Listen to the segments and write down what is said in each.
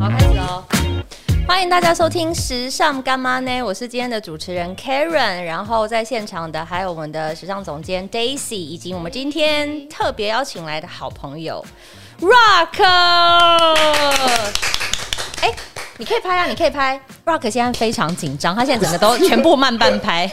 哦欢迎大家收听《时尚干妈》呢，我是今天的主持人 Karen，然后在现场的还有我们的时尚总监 Daisy，以及我们今天特别邀请来的好朋友 Rock。哎、你可以拍啊，你可以拍。Rock 现在非常紧张，他现在整个都全部慢半拍。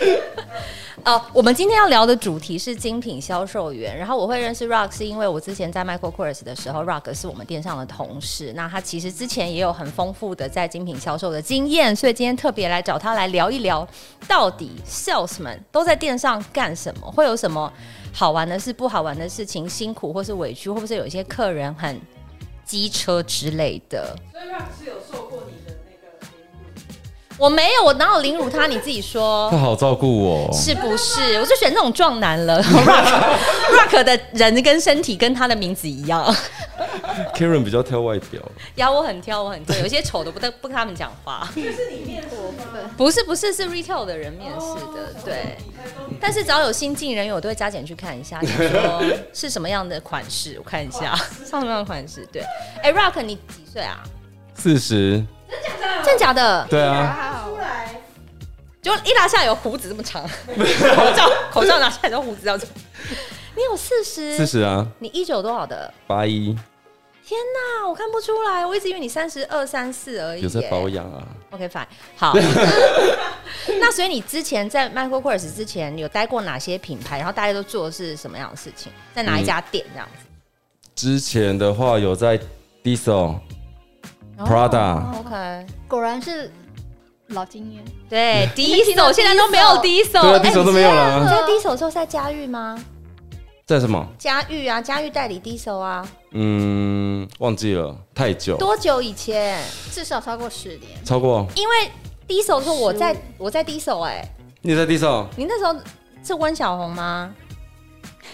呃，我们今天要聊的主题是精品销售员。然后我会认识 Rock 是因为我之前在 Michael Kors 的时候，Rock 是我们店上的同事。那他其实之前也有很丰富的在精品销售的经验，所以今天特别来找他来聊一聊，到底 salesman 都在店上干什么，会有什么好玩的事、不好玩的事情，辛苦或是委屈，或不是有一些客人很机车之类的。所以 Rock 是有受过你的那个灵魂，我没有，我哪有凌辱他？你自己说他。好照顾我，是不是？我就选这种壮男了 ，Rock Rock 的人跟身体跟他的名字一 样。 Karen 比较挑外表，然后我很挑，我很挑，有些丑的不得不跟他们讲话。就是你面试吗？不是不是，是 retail 的人面试的，对。但是只要有新进人员，我都会加减去看一下，就说是什么样的款式，我看一下， 上什么样的款式。对，哎、r o c k 你几岁啊？四十，真假的？对啊，出来，就一拉下来有胡子这么 长，口罩口罩拿下来之后胡子要这么。你有四十？四十啊，你一九多少的？八一天哪，我看不出来，我一直以为你三十二、三四而已耶。有在保养啊， OK fine，好。 那所以你之前在 Michael Kors 之前有待过哪些品牌？然后大家都做的是什么样的事情？在哪一家店这样子？之前的话有在 Diesel、Prada，哦 OK，果然是老经验。对，第一听 手到现在都没有第一手。对啊哎，Diesel 都没有你了，在第一手的时候是在嘉裕吗？在什么？嘉裕啊，嘉裕代理第一手啊，嗯，忘记了，太久，多久以前？至少超过十年。超过因为第一手的时候我在十五我在第一手哎，你在 Diesel，你那时候是温小红吗？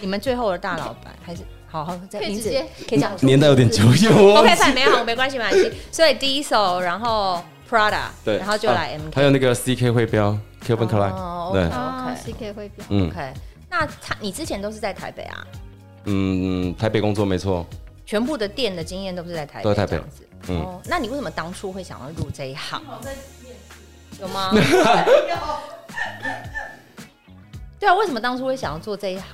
你们最后的大老板还是好好在可以名直字接可以讲出来年代有点久 远，我忘 OK，记反正没好，没关系，没关系。所以第一首，然后 Prada，对，然后就来 MK，、啊还有那个 CK 徽标 Kevin Klein，哦对 OK，啊，CK 会表。嗯 OK。那他你之前都是在台北啊？嗯，台北工作没错，全部的店的经验都是在台北，都在台北这样子。嗯哦，那你为什么当初会想要入这一行？好在面有 吗？试，对啊，为什么当初会想要做这一行？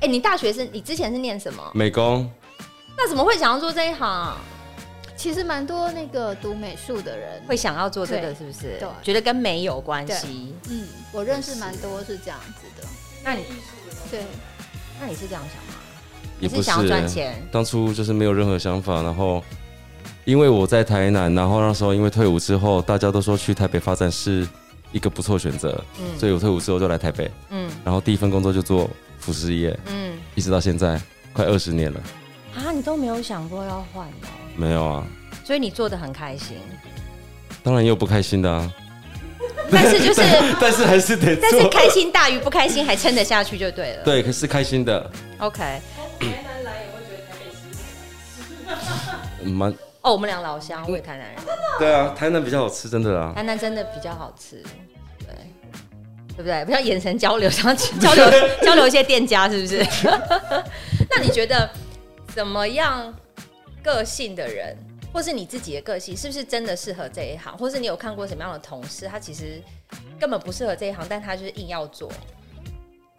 哎、你大学是你之前是念什么？美工，那怎么会想要做这一行？其实蛮多那个读美术的人，会想要做这个对是不是？对觉得跟美有关系。嗯，我认识蛮多是这样子的。那你艺术的对，那你是这样想吗？也你不是啊想要赚钱？当初就是没有任何想法，然后因为我在台南，然后那时候因为退伍之后，大家都说去台北发展是一个不错选择，嗯所以我退伍之后就来台北，嗯然后第一份工作就做服饰业，嗯一直到现在快二十年了。啊，你都没有想过要换哦、没有啊，所以你做的很开 心，当然也有不开心的啊，但是就是， 但是还是得但是做。开心大于不开心，还撑得下去就对了。对，可是开心的， ，OK，从台南来也会觉得台北是嗯蛮哦，我们俩老乡，我也台南人，对啊，台南比较好吃，真的啊。台南真的比较好吃，对，对不对？不要眼神交流，想要交流 交流一些店家，是不是？ 那你觉得怎么样个性的人，或是你自己的个性，是不是真的适合这一行？或是你有看过什么样的同事，他其实根本不适合这一行，但他就是硬要做？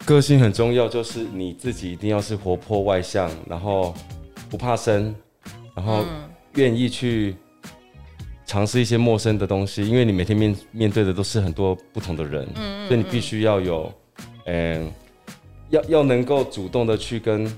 个性很重要，就是你自己一定要是活泼外向，然后不怕生，然后嗯愿意去尝试一些陌生的东西，因为你每天面面对的都是很多不同的人，嗯所以你必须要有，嗯、要要能够主动的去跟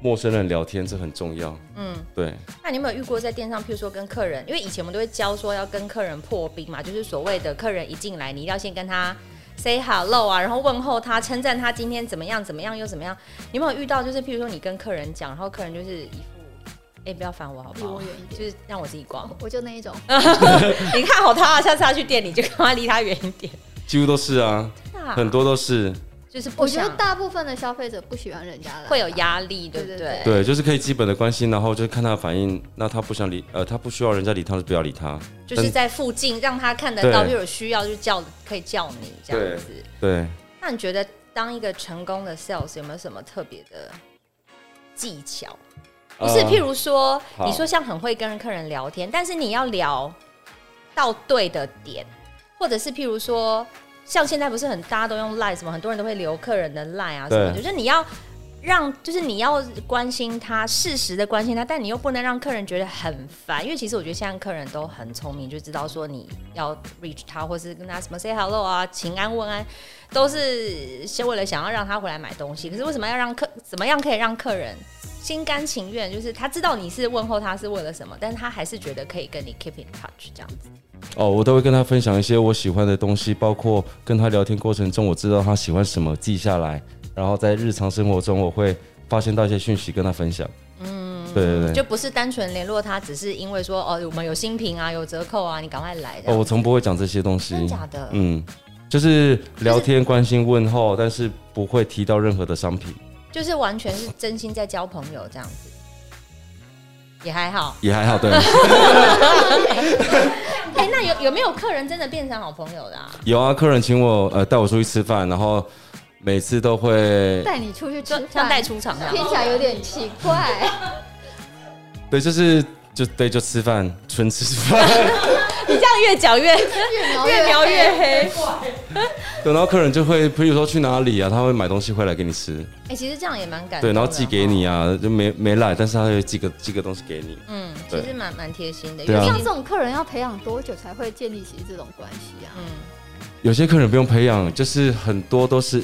陌生人聊天，这很重要。嗯，对，那你有没有遇过在店上，譬如说跟客人，因为以前我们都会教说要跟客人破冰嘛，就是所谓的客人一进来，你一定要先跟他 say hello 啊，然后问候他，称赞他今天怎么样怎么样又怎么样。你有没有遇到就是譬如说你跟客人讲，然后客人就是一副，哎、不要烦我好不离好我？远一点。就是呃让我自己逛，我就那一种，你看好他、啊，下次他去店里就赶快离他远一点。几乎都是啊，那很多都是，就是不我觉得想大部分的消费者不喜欢人家来，会有压力，对不对？对对对，就是可以基本的关心，然后就看他的反应。那他不想理，呃，他不需要人家理他，就不要理他。就是在附近让他看得到，对就有需要就叫可以叫你这样子。对，那你觉得当一个成功的 sales 有没有什么特别的技巧？不是，呃譬如说，好你说像很会跟客人聊天，但是你要聊到对的点，或者是譬如说，像现在不是很大家都用 line 什么，很多人都会留客人的 line 啊什么，对就是你要让，就是你要关心他，适时的关心他，但你又不能让客人觉得很烦，因为其实我觉得现在客人都很聪明，就知道说你要 reach 他，或是跟他什么 say hello 啊，请安问安，都是先为了想要让他回来买东西。可是为什么要让客，怎么样可以让客人？心甘情愿，就是他知道你是问候他是为了什么，但是他还是觉得可以跟你 keep in touch 这样子。哦，我都会跟他分享一些我喜欢的东西，包括跟他聊天过程中，我知道他喜欢什么，记下来，然后在日常生活中，我会发现到一些讯息跟他分享。嗯，对对对。就不是单纯联络他，只是因为说哦，我们有新品啊，有折扣啊，你赶快来这哦，样。我从不会讲这些东西。真假的？嗯，就是聊天、关心、问候，但是不会提到任何的商品，就是完全是真心在交朋友这样子，也还 好。也还好。 对，哎、那有有没有客人真的变成好朋友的、啊？有啊，客人请我呃带我出去吃饭，然后每次都会，带你出去吃就饭，像带出场这样。听起来有点奇怪。 对，就是就对，就吃饭，纯吃饭。 你这样越讲越越越描越黑。哎、对，然后客人就会，比如说去哪里啊，他会买东西回来给你吃，哎其实这样也蛮感动对，的然后寄给你啊，就没没来，但是他会寄个寄个东西给你。嗯，对其实蛮蛮贴心的。对啊因为像你这种客人要培养多久才会建立起这种关系啊？嗯，有些客人不用培养，就是很多都是，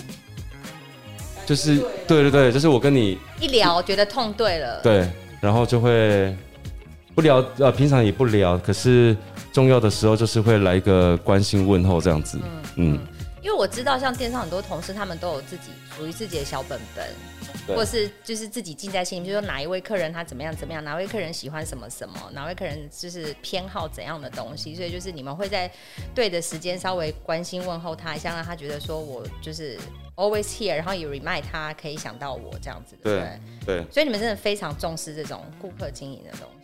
就是对对对，就是我跟你一聊觉得痛对了。对，然后就会不聊，呃，平常也不聊，可是重要的时候就是会来一个关心问候这样子。嗯，因为我知道，像电商很多同事，他们都有自己属于自己的小本本，对或是就是自己记在心里，比如说哪一位客人他怎么样怎么样，哪位客人喜欢什么什么，哪位客人就是偏好怎样的东西，所以就是你们会在对的时间稍微关心问候他一下，让他觉得说我就是 always here，然后也 remind 他可以想到我这样子，对不对？对所以你们真的非常重视这种顾客经营的东西。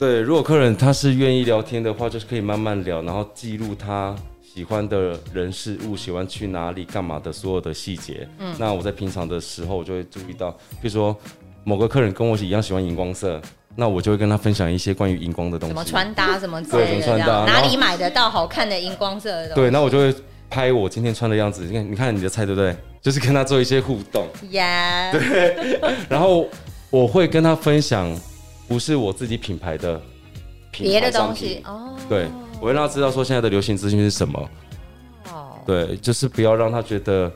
对，如果客人他是愿意聊天的话，就是可以慢慢聊，然后记录他喜欢的人事物、喜欢去哪里、干嘛的所有的细节。嗯，那我在平常的时候，我就会注意到，比如说某个客人跟我一样喜欢荧光色，那我就会跟他分享一些关于荧光的东西。怎么穿搭什么之对类的，怎这么穿搭样然哪后里买得到好看的荧光色的东西？对，那我就会拍我今天穿的样子，你看，你看你的菜对不对？就是跟他做一些互动，呀，然后我会跟他分享，不是我自己品牌的品牌别的东商品西，哦，对，我会让他知道说现在的流行资讯是什么，哦对，就是不要让他觉得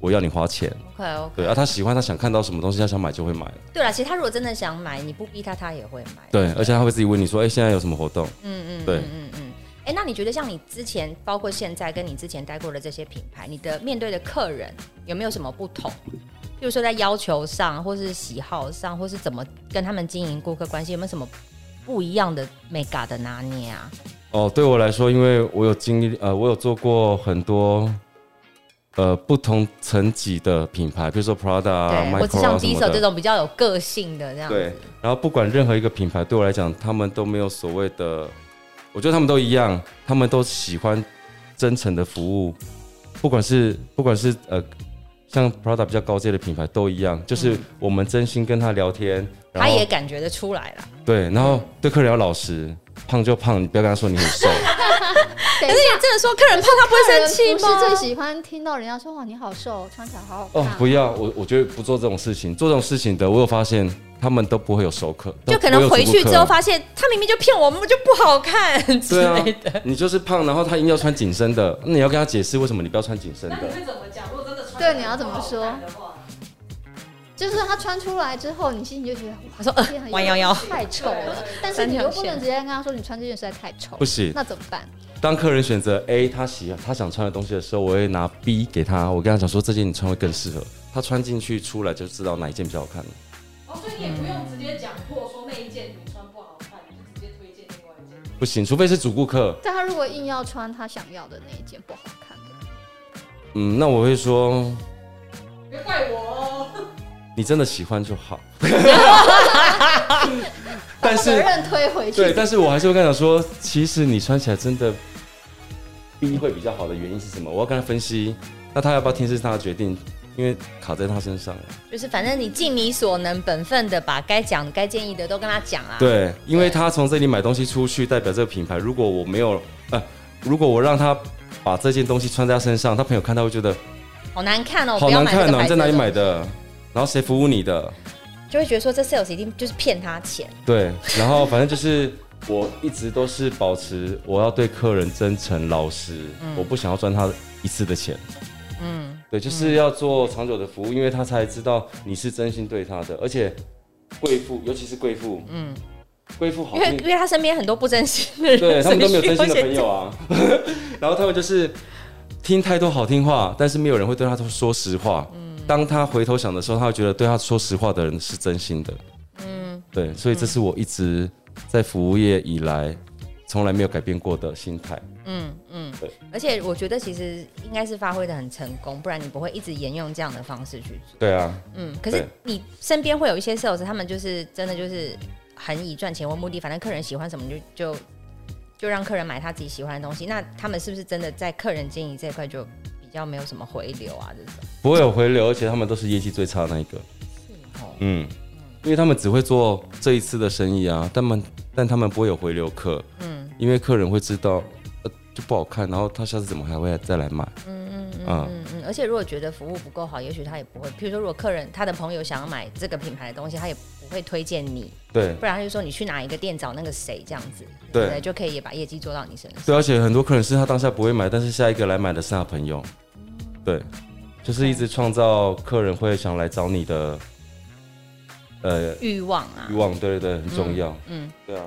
我要你花钱， ，OK OK。对啊，他喜欢他想看到什么东西，他想买就会买，对了，其实他如果真的想买，你不逼他，他也会买。对，而且他会自己问你说，哎、现在有什么活动？嗯，嗯对嗯嗯嗯。哎、那你觉得像你之前，包括现在，跟你之前待过的这些品牌，你的面对的客人有没有什么不同？比如说在要求上，或是喜好上，或是怎么跟他们经营顾客关系，有没有什么不一样的 mega 的拿捏啊？哦，对我来说，因为我有经历，呃，我有做过很多，呃，不同层级的品牌，比如说 Prada 啊、对， Michael 或啊是像什么 d i s 的 o 这种比较有个性的这样对子。，然后不管任何一个品牌，对我来讲，他们都没有所谓的，我觉得他们都一样，他们都喜欢真诚的服务，不管是不管是呃，像 Prada 比较高阶的品牌都一样，就是我们真心跟他聊天，嗯然他后也感觉得出来啦。对，然后对客人要老实，胖就胖，你不要跟他说你很 瘦，啊等可一是下，你真的说客人胖，他不会生气不是吗？最喜欢听到人家说哇你好瘦，穿起来好好看。啊哦，不要，我我觉得不做这种事情，做这种事情的，我有发现他们都不会有熟客，都就可不会能有回主去顾之后客发现他明明就骗我们，就不好看之对啊类的。，你就是胖，然后他硬要穿紧身的，那你要跟他解释为什么你不要穿紧身那你的。会怎么讲？如果真的穿，对你要怎么说的话就是他穿出来之后，你心里就觉得我说呃天啊弯腰腰太丑 了。但是你又不能直接跟他说你穿这件实在太丑，不行那怎么办？当客人选择 A 他喜他想穿的东西的时候，我会拿 B 给他，我跟他讲说这件你穿会更适合。他穿进去出来就知道哪一件比较好看了。哦，所以你也不用直接讲破说那一件你穿不好看，你就直接推荐另外一件。不行，除非是主顾客，但他如果硬要穿他想要的那一件不好看的，嗯，那我会说别怪我哦，你真的喜欢就好。 但责 是任推回对，去。但是我还是会跟他讲说，其实你穿起来真的 B 会比较好的原因是什么？我要跟他分析，那他要不要听是他的决定，因为卡在他身上了。就是反正你尽你所能本分的把该讲、该建议的都跟他讲啦。，啊对，因为他从这里买东西出去，代表这个品牌。如果我没有，呃，如果我让他把这件东西穿在他身上，他朋友看到会觉得好难看哦，好不要难买这看个哦，牌你子在哪里东西买？的？然后谁服务你的？就会觉得说这 sales 一定就是骗他钱，对，然后反正就是我一直都是保持我要对客人真诚老实，我不想要赚他一次的钱。嗯，对，就是要做长久的服务，因为他才知道你是真心对他的，而且贵妇，尤其是贵妇，嗯，贵妇好因为命因为他身边很多不真心的人， 对他们都没有真所心以的需要朋先友 啊。然后他们就是听太多好听话，但是没有人会对他说实话。当他回头想的时候，他会觉得对他说实话的人是真心的。嗯，对，所以这是我一直在服务业以来从来没有改变过的心态。嗯而且我觉得其实应该是发挥的很成功，不然你不会一直沿用这样的方式去做。对啊，嗯，可是对你身边会有一些 sales，他们就是真的就是很以赚钱为目的，反正客人喜欢什么你就就就让客人买他自己喜欢的东西。那他们是不是真的在客人经营这一块就比较没有什么回流啊？这种不会有回流，而且他们都是业绩最差的那一个。哦嗯，因为他们只会做这一次的生意啊，但们但他们不会有回流客。嗯，因为客人会知道，呃，就不好看，然后他下次怎么还会再来买？嗯嗯啊，嗯嗯，而且如果觉得服务不够好，也许他也不会。譬如说，如果客人他的朋友想要买这个品牌的东西，他也不会推荐你，对不然他就说你去哪一个店找那个谁这样子，对不就可以也把业绩做到你身上。对，而且很多客人是他当下不会买，但是下一个来买的是他朋友。对，就是一直创造客人会想来找你的，呃，欲望啊欲。望。对对对，很重要。嗯，对啊，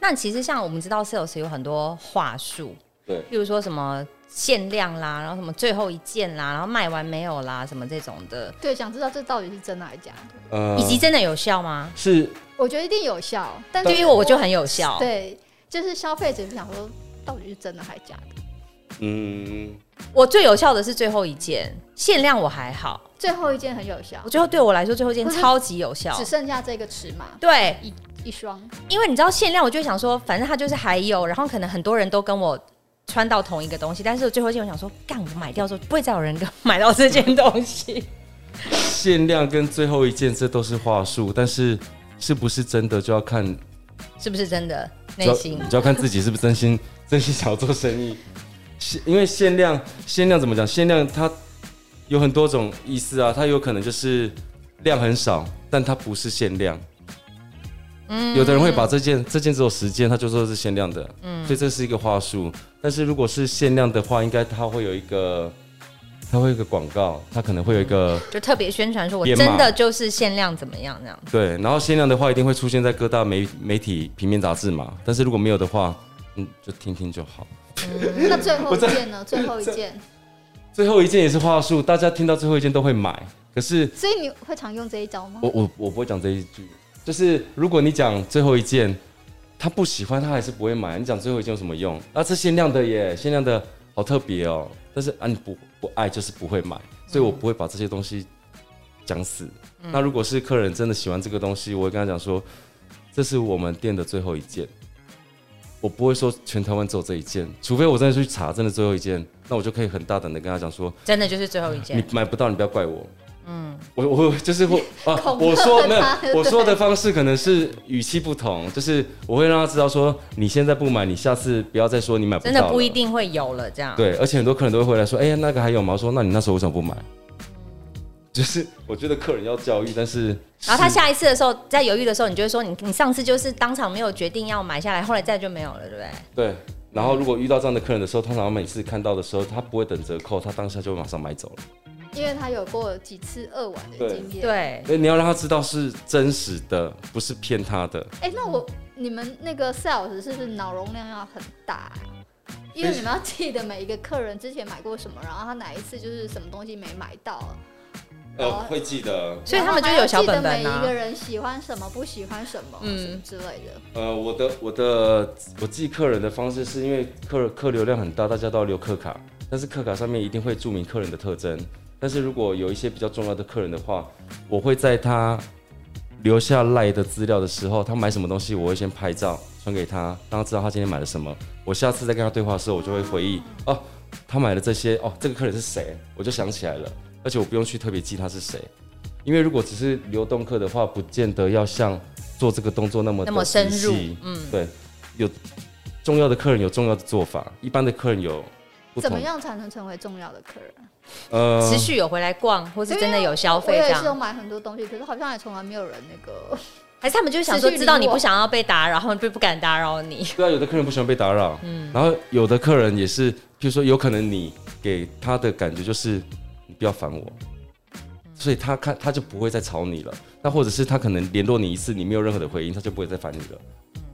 那其实像我们知道 sales 有很多话术，对例如说什么限量啦，然后什么最后一件啦，然后卖完没有啦，什么这种的，对，想知道这到底是真的还是假的？呃以及真的有效吗？是我觉得一定有效，但对于我我就很有效，，对，就是消费者想说到底是真的还是假的。嗯。我最有效的是最后一件，限量我还好，最后一件很有效我，最后对我来说最后一件不是超级有效只，剩下这个尺码对，一 一双，因为你知道限量，我就会想说，反正它就是还有，然后可能很多人都跟我穿到同一个东西，但是我最后一件我想说，干，我买掉之后不会再有人跟我买到这件东西。 限量跟最后一件，这都是话术，但是是不是真的就要看是不是真的就要内心？就要看自己是不是真心真心想要做生意。限因为限量限量怎么讲？限量它有很多种意思啊，它有可能就是量很少，但它不是限量。嗯有的人会把这件这件只有十件，他就说是限量的，嗯所以这是一个话术。但是如果是限量的话，应该它会有一个，它会有一个广告，它可能会有一个。就特别宣传说我编真码的就是限量怎么样那样。对，然后限量的话一定会出现在各大媒媒体平面杂志嘛，但是如果没有的话，嗯，就听听就好。那最后一件呢？最后一 件，最后一件也是话术，大家听到最后一件都会买，可是所以你会常用这一招吗我？我我不会讲这一句，就是如果你讲最后一件，他不喜欢他还是不会买，你讲最后一件有什么用？啊，这限量的耶，限量的好特别哦，但是啊你不不爱就是不会买，所以我不会把这些东西讲死。那如果是客人真的喜欢这个东西，我会跟他讲说，这是我们店的最后一件。我不会说全台湾只有这一件，除非我真的去查，真的最后一件，那我就可以很大胆的跟他讲说，真的就是最后一件你，买不到，你不要怪我。嗯，我我就 是会啊，恐吓我说没有他，对我说的方式可能是语气不同，就是我会让他知道说，你现在不买，你下次不要再说你买不到，真的不一。定啊会有了这样。对，而且很多客人都会回来说，哎、呀，那个还有吗？我说，那你那时候为什么不买？ 就是我觉得客人要教育，但是然后他是下一次的时候，在犹豫的时候，你就会说你你上次就是当场没有决定要买下来，后来再就没有了，对不对？对，然后如果遇到这样的客人的时候，通常我每次看到的时候，他不会等折扣，他当下就马上买走了。因为他有过几次二晚的对经验。，对，所以你要让他知道是真实的，不是骗他的。哎、那我你们那个 sales 是不是脑容量要很大啊、因为你们要记得每一个客人之前买过什么，然后他哪一次就是什么东西没买到，呃哦，会记得。所以他们就有小本然后本还要记得每一个啊。人喜欢什么，不喜欢什么，嗯什么之类的。呃，我的我的我记客人的方式是因为客客流量很大，大家都要留客卡，但是客卡上面一定会注明客人的特征。但是如果有一些比较重要的客人的话，我会在他留下赖的资料的时候，他买什么东西，我会先拍照传给他，让他知道他今天买了什么。我下次再跟他对话的时候，我就会回忆哦，他买了这些哦，这个客人是谁，我就想起来了，而且我不用去特别记他是谁，因为如果只是流动客的话，不见得要像做这个动作那么那的么深仔入细，嗯，对，有重要的客人有重要的做法，一般的客人有不怎么同。样才能成为重要的客人？呃持续有回来逛，或是真的有消啊我费这也是有样，买很多东西，可是好像也从来没有人那个。还是他们就是想说知道持续你理我不想要被打扰，他们就不敢打扰你。对啊，有的客人不喜欢被打扰，嗯然后有的客人也是，譬如说，有可能你给他的感觉就是你不要烦我，所以他看他就不会再吵你了。那或者是他可能联络你一次，你没有任何的回应，他就不会再烦你了。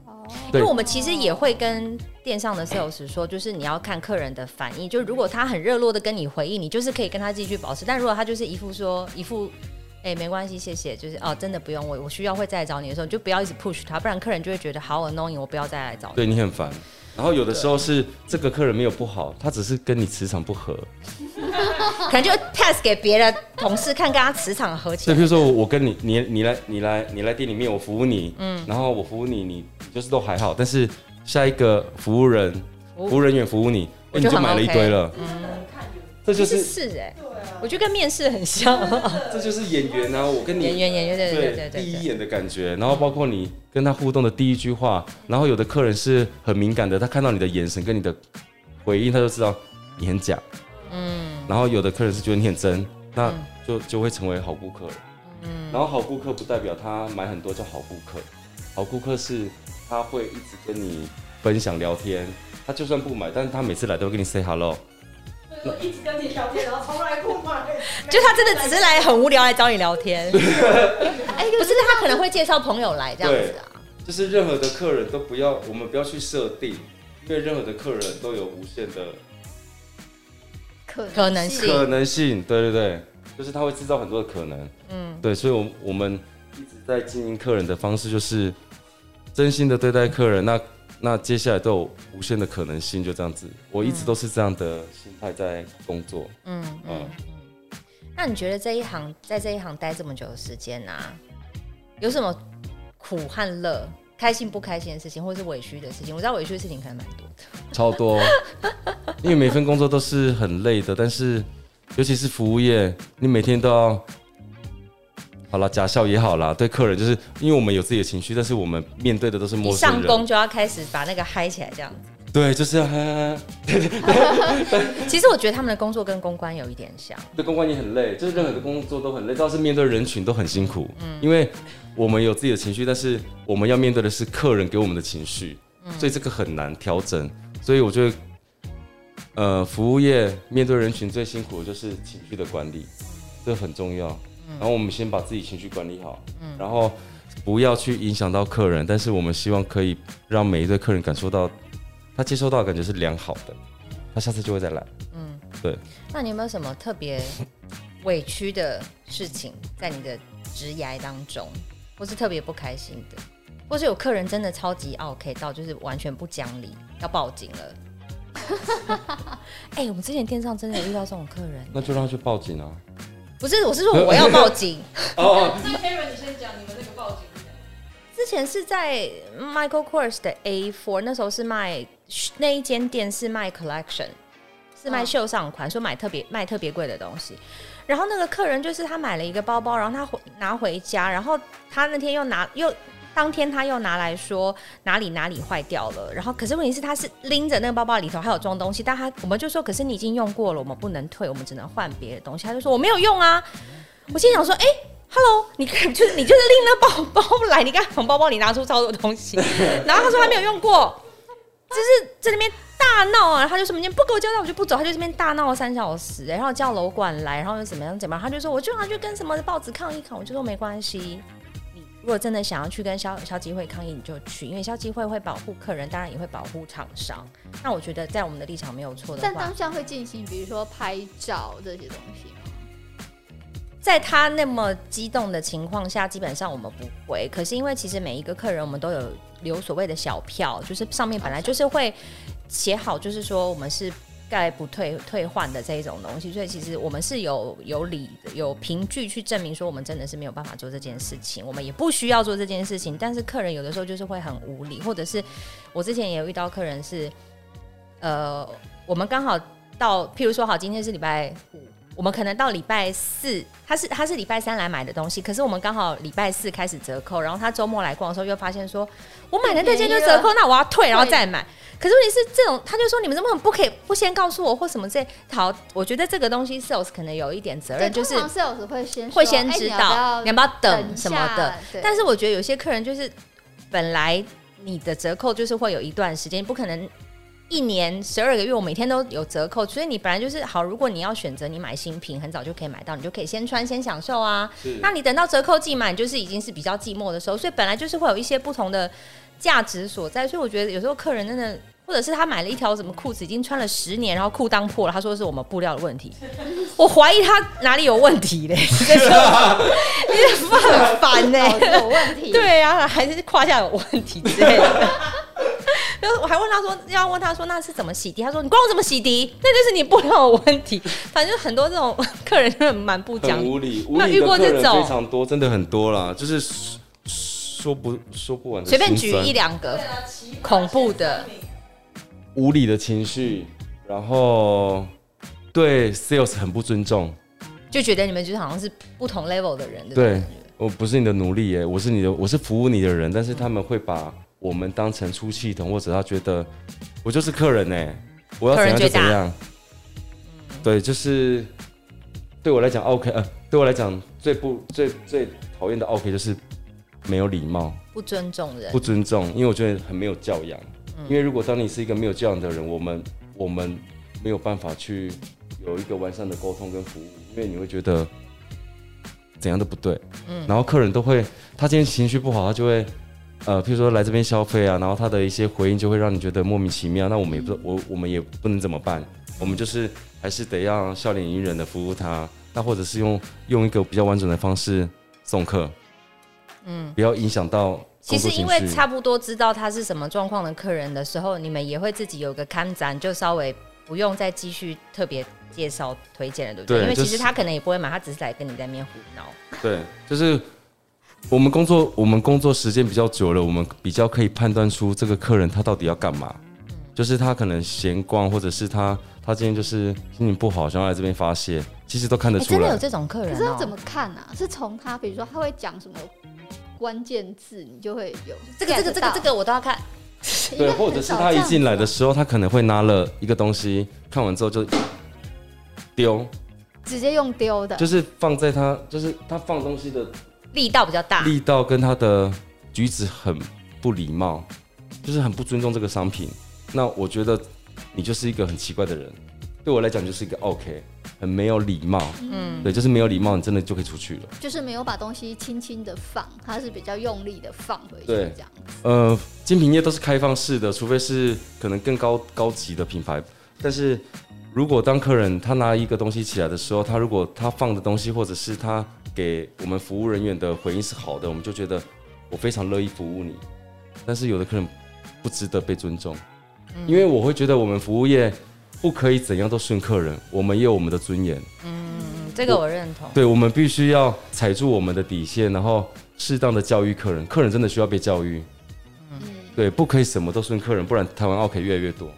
哦，因对为我们其实也会跟店上的 sales 说，就是你要看客人的反应，就如果他很热络的跟你回应，你就是可以跟他继续保持；但如果他就是一副说一副。哎、没关系，谢谢。就是哦，真的不用，我我需要会再来找你的时候，你就不要一直 push 他，不然客人就会觉得好 annoying，我不要再来找你。对你很烦。然后有的时候是这个客人没有不好，他只是跟你磁场不合。可能就 pass 给别的同事看，跟他磁场合起所以来譬。如说我我跟你你你来你来你来店里面，我服务你，嗯然后我服务你，你你就是都还好，但是下一个服务人服务服务人员服务你，哦我就哎你就很买了一 OK 堆了，看有这就其实是是哎、对啊，我觉得跟面试很 像。这就是演员啊，我跟你演员演员对对对对第对一对，眼的感觉，然后包括你跟他互动的第一句话，然后有的客人是很敏感的，他看到你的眼神跟你的回应，他就知道你很假，嗯，然后有的客人是觉得你很真，那就就会成为好顾客，嗯，然后好顾客不代表他买很多叫好顾客，好顾客是他会一直跟你分享聊天，他就算不买，但是他每次来都会跟你 say hello，所以说一直跟你聊天，然后从来不买，就他真的只是来很无聊来找你聊 天，不哎、可是他可能会介绍朋友来这样子啊。就是任何的客人都不要，我们不要去设定，因为任何的客人都有无限的可可能性可能性。对对对，就是他会制造很多的可能。嗯，对，所以，我我们一直在经营客人的方式就是真心的对待客人。那那接下来都有无限的可能性，就这样子。我一直都是这样的心态在工作。嗯嗯嗯嗯。那你觉得这一行在这一行待这么久的时间啊，有什么苦和乐？开心不开心的事情，或是委屈的事情，我知道委屈的事情可能蛮多的。超多， 因为每份工作都是很累的，但是尤其是服务业，你每天都要。好了，假笑也好啦，对客人就是因为我们有自己的情绪，但是我们面对的都是一陌生上人。工就要开始把那个嗨起来，这样子。对，就是哈哈哈，其实我觉得他们的工作跟公关有一点像，对公关也很累，就是任何的工作都很累，倒是面对人群都很辛苦。因为我们有自己的情绪，但是我们要面对的是客人给我们的情绪，所以这个很难调整。所以我觉得，呃，服务业面对人群最辛苦的就是情绪的管理，这很重要。然后我们先把自己情绪管理好，然后不要去影响到客人，但是我们希望可以让每一对客人感受到他接收到的感觉是良好的，他下次就会再来。那你有没有什么特 别委屈的事情在你的职涯当中，或是特别不开心的，或是有客人真的超级 OK 到就是完全不讲理，要报警了？ 哎、我们之前店上真的有遇到这种客人，那就让他去报警啊。不是，我是说我要报警。哦，那 Karen，你先讲你们那个报警的，之前是在 Michael Kors 的 A Four，那时候是卖那一间店是卖 collection，是卖嗯秀上款，说买特别卖特别贵的东西。然后那个客人就是他买了一个包包，然后他回拿回家，然后他那天又拿又当天他又拿来说哪里哪里坏掉了，然后可是问题是他是拎着那个包包里头还有装东西，但他我们就说可是你已经用过了，我们不能退，我们只能换别的东西。他就说我没有用啊，我心想说哎。Hello，你看就是你就是拎那包包来，你看从包包里拿出超多东西，然后他说他没有用过，就是在那边大闹啊，然后他就说你不给我交代我就不走，他就这边大闹了三小时、欸然后叫楼管来，然后又怎么样怎么样，他就说我就要去跟什么报纸抗议抗议，我就说没关系。你如果真的想要去跟消消基会抗议，你就去，因为消基会会保护客人，当然也会保护厂商。那我觉得在我们的立场没有错的但话当，下会进行，比如说拍照这些东西吗？在他那么激动的情况下，基本上我们不会。可是因为其实每一个客人，我们都有留所谓的小票，就是上面本来就是会写好，就是说我们是概不退退换的这一种东西，所以其实我们是有有理的有凭据去证明说我们真的是没有办法做这件事情，我们也不需要做这件事情。但是客人有的时候就是会很无理，或者是我之前也有遇到客人是，呃，我们刚好到，譬如说好，今天是礼拜五，我们可能到礼拜四，他是他是礼拜三来买的东西，可是我们刚好礼拜四开始折扣，然后他周末来逛的时候又发现说，我买的那件就折扣，那我要退，然后再买。可是问题是这种，他就说你们怎么可能不可以不先告诉我或什么之类？好，我觉得这个东西 sales 可能有一点责任，对就是通常 sales 会先说会先知道你要哎要不要不要等一什么的下。，对但是我觉得有些客人就是本来你的折扣就是会有一段时间，不可能一年十二个月我每天都有折扣，所以你本来就是好。如果你要选择你买新品，很早就可以买到，你就可以先穿先享受啊。是那你等到折扣季嘛，你就是已经是比较寂寞的时候，所以本来就是会有一些不同的价值所在。所以我觉得有时候客人真的。或者是他买了一条什么裤子，已经穿了十年，然后裤裆破了，他说是我们布料的问 题，我怀疑他哪里有问题嘞，这种你很烦呢、 脑子哦有问 题，对啊，还是胯下有问题之类的。然后我还问他说，要问他说那是怎么洗涤？他说你管我怎么洗涤，那就是你布料有问题。反正很多这种客人就是蛮不讲很理，无理，无那理遇的过客这人种非常多，真的很多啦，就是说说不说不完的随心酸，便举一两个对。啊，奇葩呃恐怖的前三名无理的情绪，然后对 sales 很不尊重。就觉得你们就是好像是不同 level 的人，对不对对，我不是你的奴隶耶，我是你的，我是服务你的人，但是他们会把我们当成出气筒，或者他觉得我就是客人哎，我要客怎人样就最怎大嗯样。对，就是对我来讲 OK，呃，对我来讲最不最最讨厌的 OK 就是没有礼貌。不尊重人不，尊重，因为我觉得很没有教养。嗯因为如果当你是一个没有教养的人，我们我们没有办法去有一个完善的沟通跟服务，因为你会觉得怎样都不对。嗯然后客人都会，他今天情绪不好，他就会。呃，譬如说来这边消费啊，然后他的一些回应就会让你觉得莫名其妙。那我们也不，嗯我我们也不能怎么办，我们就是还是得要笑脸迎人的服务他，那或者是用用一个比较婉转的方式送客，嗯，不要影响到其工实作情绪。因为差不多知道他是什么状况的客人的时候，你们也会自己有个看展，就稍微不用再继续特别介绍推荐了，对不对？对因为就其实是他可能也不会买，他只是来跟你在面胡闹。对，就是我们工作，我们工作时间比较久了，我们比较可以判断出这个客人他到底要干嘛。就是他可能闲逛，或者是他他今天就是心情不好，想要来这边发泄，其实都看得哎、出真的来。有这种客人、可哦？是要怎么看啊？是从他，比如说他会讲什么关键字，你就会有这个这个这个这个我都要看，个对，或者是他一进来的时候，他可能会拿了一个东西，看完之后就丢，直接用丢的，就是放在他，就是他放东西的力道比较大。力道跟他的举止很不礼貌，就是很不尊重这个商品。那我觉得你就是一个很奇怪的人，对我来讲就是一个 OK，很没有礼貌。嗯，对，就是没有礼貌，你真的就可以出去了。就是没有把东西轻轻的放，他是比较用力的放回去对这样。呃，精品业都是开放式的，除非是可能更高高级的品牌。但是如果当客人他拿一个东西起来的时候，他如果他放的东西或者是他给我们服务人员的回应是好的，我们就觉得我非常乐意服务你。但是有的客人不值得被尊重，因为我会觉得我们服务业不可以怎样都顺客人，我们也有我们的尊严。嗯，这个我认同。对，我们必须要踩住我们的底线，然后适当的教育客人，客人真的需要被教育。嗯嗯对，不可以什么都顺客人，不然台湾 OK 越来越多。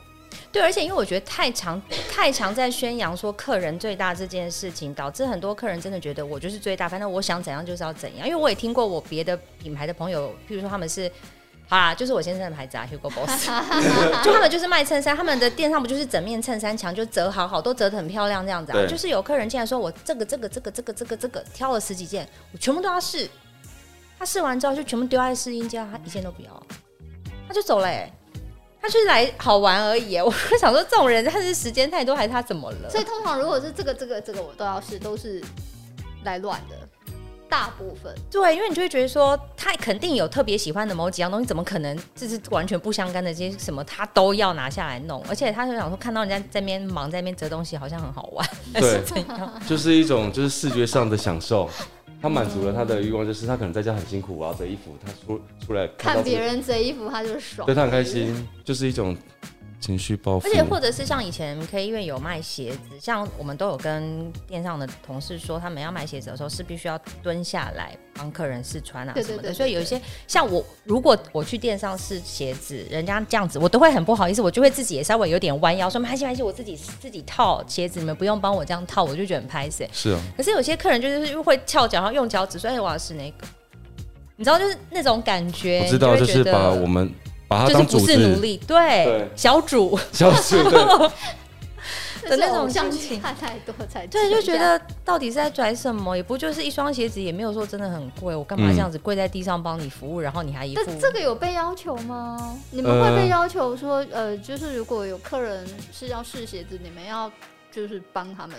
对，而且因为我觉得太常太常在宣扬说客人最大这件事情，导致很多客人真的觉得我就是最大，反正我想怎样就是要怎样。因为我也听过我别的品牌的朋友，譬如说他们是。好啦，就是我先生的牌子啊，Hugo Boss，就他们就是卖衬衫，他们的店上不就是整面衬衫墙就折好好，都折得很漂亮这样子啊。对就是有客人进来说，我这个这个这个这个这个这个挑了十几件，我全部都要试，他试完之后就全部丢在试衣间，他一件都不要，他就走了、欸。他就是来好玩而已欸。 我就想说，这种人他是时间太多，还是他怎么了？所以通常如果是这个这个这个我都要试，都是来乱的，大部分。对，因为你就会觉得说，他肯定有特别喜欢的某几样东西，怎么可能这是完全不相干的这些什么，他都要拿下来弄？而且他就想说，看到人家在那边忙，在那边折东西，好像很好玩，还哎是对怎样？就是一种就是视觉上的享受，他满足了他的欲望，就是他可能在家很辛苦，我要折衣服，他出出来看看到这别个，人折衣服，他就是爽对。他很开心，就是一种情绪包而且袱或。者是像以前 K 医院有卖鞋子，像我们都有跟店上的同事说，他们要卖鞋子的时候是必须要蹲下来帮客人试穿啊什对么的。对对对所以有一些像我，如果我去店上试鞋子，人家这样子，我都会很不好意思，我就会自己也稍微有点弯腰，说没关系没关系，我自己自己套鞋子，你们不用帮我这样套，我就觉得很拍死。是啊，可是有些客人就是会翘脚，然后用脚趾说：“哎，我要试那个。”你知道，就是那种感觉，我知道，你会就觉是得把我们把它就是当不主是奴子，隶，对对小主，小主对，的那种偶像心剧情看太多才对，就这觉样得到底是在拽什么？也不就是一双鞋子，也没有说真的很贵，我干嘛嗯这样子跪在地上帮你服务，然后你还一副但这个有被要求吗？你们会被要求说，呃，就是如果有客人是要试鞋子，你们要就是帮他们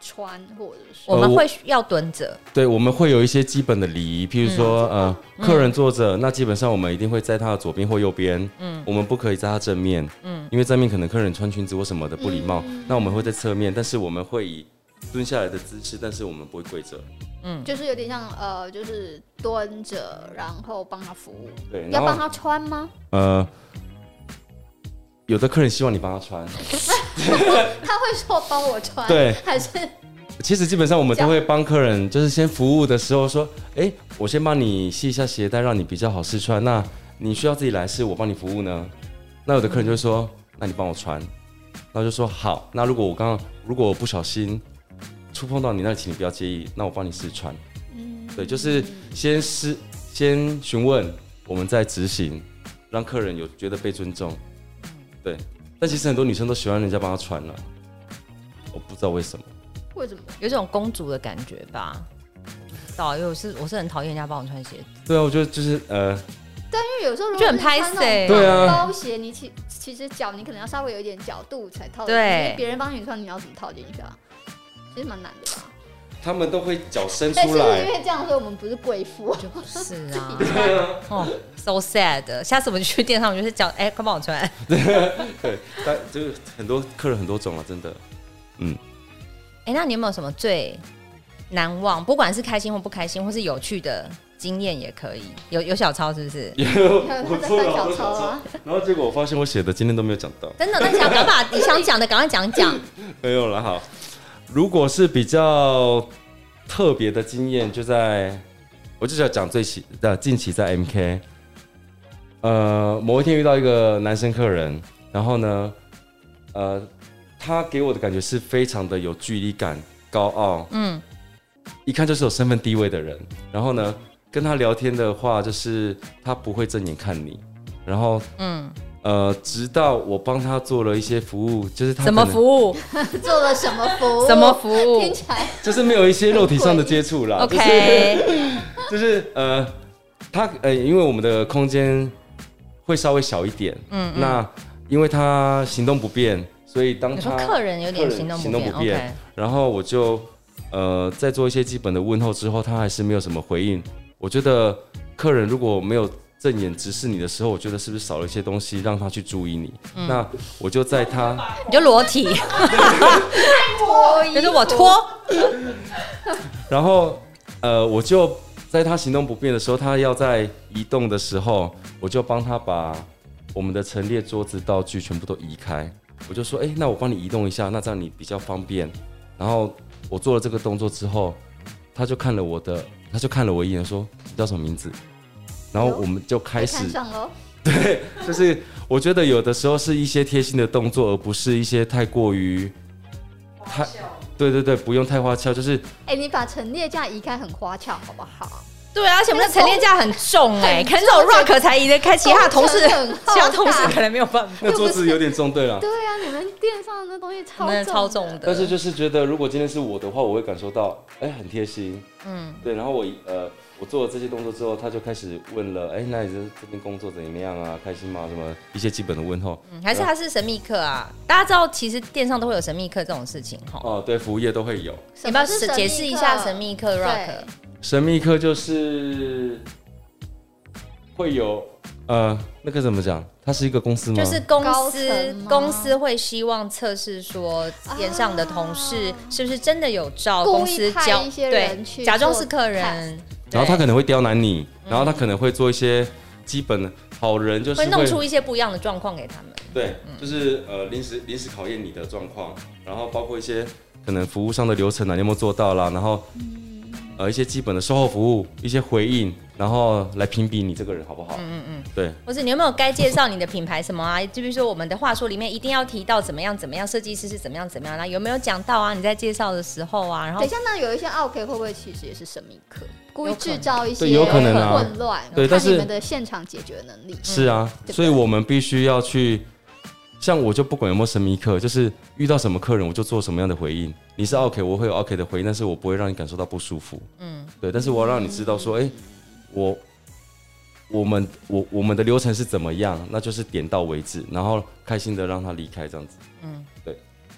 穿，或者是我们我会要蹲着，对，我们会有一些基本的礼仪，譬如说，呃，嗯客人坐着，那基本上我们一定会在他的左边或右边，嗯，我们不可以在他正面，嗯，因为正面可能客人穿裙子或什么的不礼貌，那我们会在侧面，但是我们会以蹲下来的姿势，但是我们不会跪着，嗯就是有点像呃，就是蹲着，然后帮他服务，对，然要帮后他穿吗？呃，有的客人希望你帮他穿，他会说帮我穿，对，还是其实基本上我们都会帮客人，就是先服务的时候说，哎，我先帮你系一下鞋带，让你比较好试穿。那你需要自己来试，我帮你服务呢？那有的客人就会说，那你帮我穿，那我就说好。那如果我刚刚如果我不小心触碰到你，那请你不要介意，那我帮你试穿。嗯，对，就是先试，先询问，我们再执行，让客人有觉得被尊重。对，但其实很多女生都喜欢人家帮她穿了、我不知道为什么。为什么？有种公主的感觉吧。导游是我是很讨厌人家帮我穿鞋子，对啊，我觉得就是呃。因为有时候如就果很你穿拍那种谁对啊高鞋，你其其实脚你可能要稍微有一点角度才套得进去，对因为别人帮你穿，你要怎么套进去啊？其实蛮难的吧。他们都会脚伸但出 是因来。为这样说，我们不是 贵妇，就是 啊，哦，so sad。下次我们去店上，我就是讲，哎、快帮我穿。对，但就是很多客人很多种啊，真的。哎、那你有没有什么最难忘，不管是开心或不开心，或是有趣的经验也可以？有有小抄是不是？有 他在算小抄啊。然后结果我发现我写的今天都没有讲到，真的，那你想赶快把你想讲的赶快讲讲。没有了好，如果是比较特别的经验，就在我就想讲最期的近期在 MK，呃，某一天遇到一个男生客人，然后呢，呃，他给我的感觉是非常的有距离感、高傲，嗯，一看就是有身份地位的人。然后呢，跟他聊天的话，就是他不会正眼看你。然后，嗯，呃，直到我帮他做了一些服务，就是他什么可能服务？做了什么服务？什么服务听起来就是没有一些肉体上的接触啦。 ？OK，啊就是就是呃，他呃，因为我们的空间会稍微小一点，嗯那因为他行动不便，所以当你说他客人有点嗯客人行动不行动便不便，OK，然后我就呃在做一些基本的问候之后，他还是没有什么回应。我觉得客人如果没有正眼直视你的时候，我觉得是不是少了一些东西让他去注意你？嗯那我就在他你就裸 体，脱就是我脱，然后呃，我就在他行动不便的时候，他要在移动的时候，我就帮他把我们的陈列桌子道具全部都移开。我就说，哎、那我帮你移动一下，那这样你比较方便。然后我做了这个动作之后，他就看了我的，他就看了我一眼，说你叫什么名字？然后我们就开被始看上喽。就是我觉得有的时候是一些贴心的动作，而不是一些太过于，花笑，对对对，不用太花俏，就是哎、你把陈列架移开很花俏，好不好？对啊，而且我们的陈列架很重哎，很可重能这种 rock 才移得开，其他的同事工程很 浩大其他同事可能没有办法，那桌子有点重，对了。对啊，你们店上的那东西超那重，超重。但是的。就是觉得，如果今天是我的话，我会感受到，哎、很贴心，嗯，对。然后我呃，我做了这些动作之后，他就开始问了，哎、那你这这边工作怎么样啊？开心吗？什么一些基本的问候。嗯还是他是神秘客啊？大家知道，其实店上都会有神秘客这种事情哈。哦，对，服务业都会有。你要不要什么是解释一下神秘客对 rock？神秘客就是会有，呃，那个怎么讲？它是一个公司吗？就是公高层司吗公司会希望测试说，店上的同事是不是真的有照故公意司派教一些对人去假装做是客人，然后他对可能会刁难你，然后他可能会做一些基本的好人就是会弄出一些不一样的状况给他们。对，就是呃临时临时考验你的状况，然后包括一些可能服务上的流程啊，你有没有做到啦，然后呃一些基本的售后服务，一些回应，然后来评比你这个人好不好？嗯嗯嗯，对，或是你有没有该介绍你的品牌什么啊？就比如说我们的话术里面一定要提到怎么样怎么样，设计师是怎么样怎么样，那有没有讲到啊？你在介绍的时候啊，然后等一下，那有一些 OK 会不会其实也是神秘客，故意制造一些对有可能啊混乱，对但看是你们的现场解决能力。是啊，嗯对所以我们必须要去，像我就不管有没有神秘客，就是遇到什么客人我就做什么样的回应。你嗯是 OK，我会有 OK 的回应，但是我不会让你感受到不舒服。嗯，对，但是我要让你知道说，哎、我我们我我们的流程是怎么样，那就是点到为止，然后开心的让他离开这样子。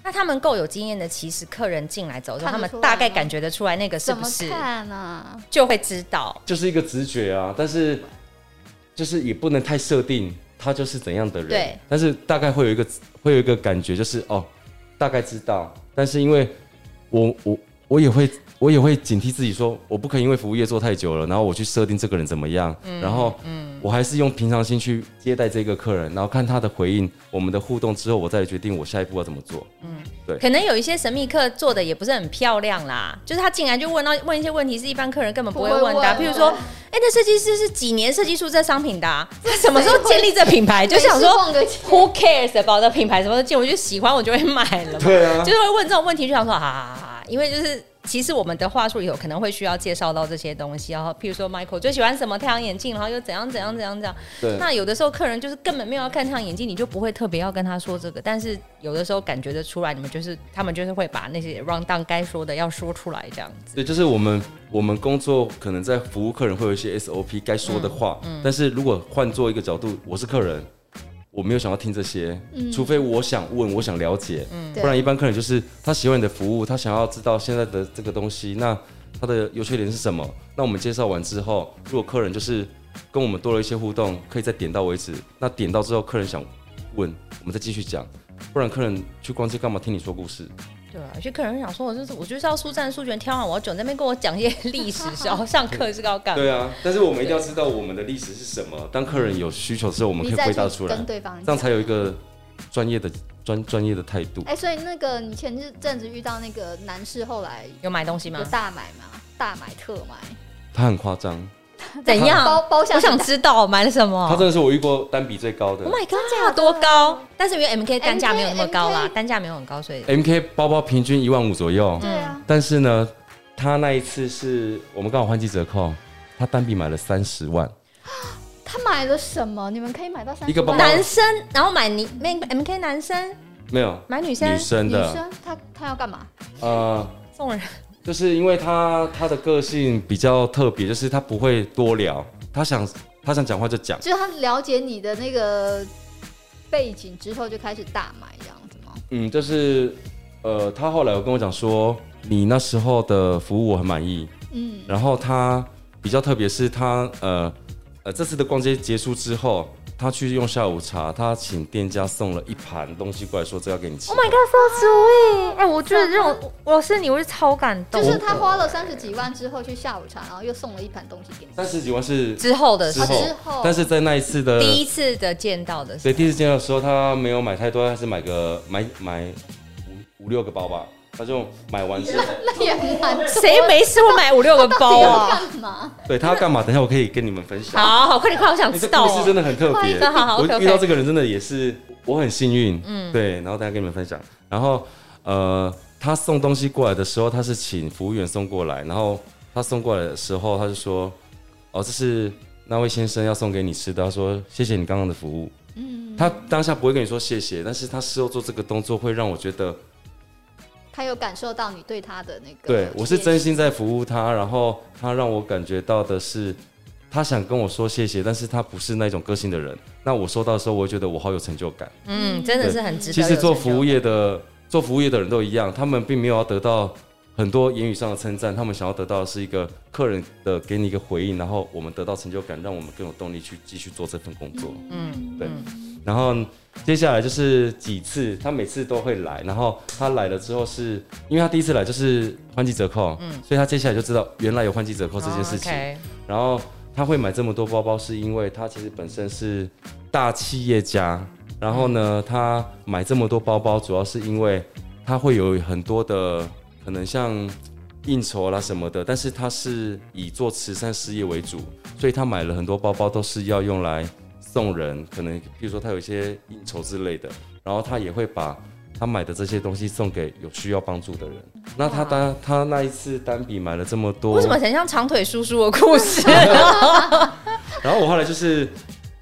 那他们够有经验的，其实客人进来走之后，他看得们出来吗大概感觉得出来那个是怎不么是，看啊？就会知道。就是一个直觉啊，但是就是也不能太设定他就是怎样的人，对，但是大概会有一个会有一个感觉，就是哦，大概知道，但是因为我我我也会我也会警惕自己说，我不可以因为服务业做太久了，然后我去设定这个人怎么样，嗯然后我还是用平常心去接待这个客人，然后看他的回应，我们的互动之后，我再决定我下一步要怎么做。对可能有一些神秘客做的也不是很漂亮啦，就是他进来就问到问一些问题，是一般客人根本不会问的啊、不譬会问如说，哎、那设计师是几年设计出这商品的、啊？他什么时候建立这品 牌？哎就想每次说逛个，Who cares about 的品牌什么时候建？我就喜欢，我就会买了嘛。对啊就是会问这种问题，就想说啊，因为就是其实我们的话术里头可能会需要介绍到这些东西，然后譬如说 Michael 最喜欢什么太阳眼镜，然后又怎样怎样怎样怎样。对，那有的时候客人就是根本没有要看太阳眼镜，你就不会特别要跟他说这个，但是有的时候感觉得出来，你们就是他们就是会把那些 round down 该说的要说出来这样子。对，就是我们我们工作可能在服务客人会有一些 SOP 该说的话，但是如果换做一个角度，我是客人，我没有想要听这些，除非我想问，我想了解，对不然一般客人就是他喜欢你的服务，他想要知道现在的这个东西，那它的优缺点是什么？那我们介绍完之后，如果客人就是跟我们多了一些互动，可以再点到为止。那点到之后，客人想问，我们再继续讲，不然客人去逛街干嘛听你说故事？对啊，有些客人想说，我就是我就是要速战速决，挑完我要卷，那边跟我讲一些历史，然后上课是要干嘛？对啊，但是我们一定要知道我们的历史是什么。当客人有需求的时候，我们可你以再回答去出来，跟对方这样讲。才有一个专业的专专业的态度。哎，所以那个你前阵子遇到那个男士，后来有买东西吗有？大买吗？大买特买，他很夸张，怎包样？包啊厢我里想打知道买了什哦他么。真的是我遇过单笔最高的 Oh。my god，多高？但是因为 MK 单价 MK 没有那么高啦 MK 单价没有很高，所以 M K 包包平均一万五左嗯右，对啊，但是呢，他那一次是我们刚好换季折扣，他单笔买了三十万，他买了什么？你们可以买到三一个包包男生然后买你那 MK 男生没有买女生女生女的，生他他要干嘛？呃，送人。就是因为他他的个性比较特别，就是他不会多聊，他想他想讲话就讲。就是他了解你的那个背景之后，就开始大买这样子吗？嗯，就是呃，他后来有跟我讲说，你那时候的服务我很满意。嗯，然后他比较特别是他呃呃这次的逛街结束之后，他去用下午茶，他请店家送了一盘东西过来说这要给你吃。 Oh my god, so sweet！哎、我觉得这种我是你，我是超感动。就是他花了三十几万之后去下午茶，然后又送了一盘东西给你。三十几万是之后的事之啊后，之后但是在那一次的第一次的见到的所以事，第一次见到的时候，他没有买太多，他是买个买买五五六个包吧，他就买完 之后，那也蛮谁没事会买五六个包啊？干嘛？对他要干嘛？等一下我可以跟你们分享。好好，快点快，我想你知这道故事真哦。的很特别，好好我 OK，OK 遇到这个人真的也是我很幸运，嗯，对，然后大家跟你们分享，然后呃，他送东西过来的时候，他是请服务员送过来，然后他送过来的时候，他就说，哦，这是那位先生要送给你吃的，他说谢谢你刚刚的服务，嗯，他当下不会跟你说谢谢，但是他事后做这个动作会让我觉得，他有感受到你对他的那个？对我是真。心在服务他，然后他让我感觉到的是。他想跟我说谢谢，但是他不是那种个性的人。那我收到的时候，我会觉得我好有成就感。嗯，真的是很值得。其实做服务业，业的做服务业的人都一样，他们并没有要得到很多言语上的称赞，他们想要得到的是一个客人的给你一个回应，然后我们得到成就感，让我们更有动力去继续做这份工作。嗯，对嗯然后接下来就是几次，他每次都会来，然后他来了之后是，因为他第一次来就是换季折扣，所以他接下来就知道原来有换季折扣这件事情。嗯哦，OK 然后他会买这么多包包，是因为他其实本身是大企业家。然后呢，他买这么多包包，主要是因为他会有很多的可能像应酬啦什么的，但是他是以做慈善事业为主，所以他买了很多包包都是要用来送人，可能比如说他有一些应酬之类的，然后他也会把他买的这些东西送给有需要帮助的人。那他单他那一次单笔买了这么多，为什么很像长腿叔叔的故事？然后我后来就是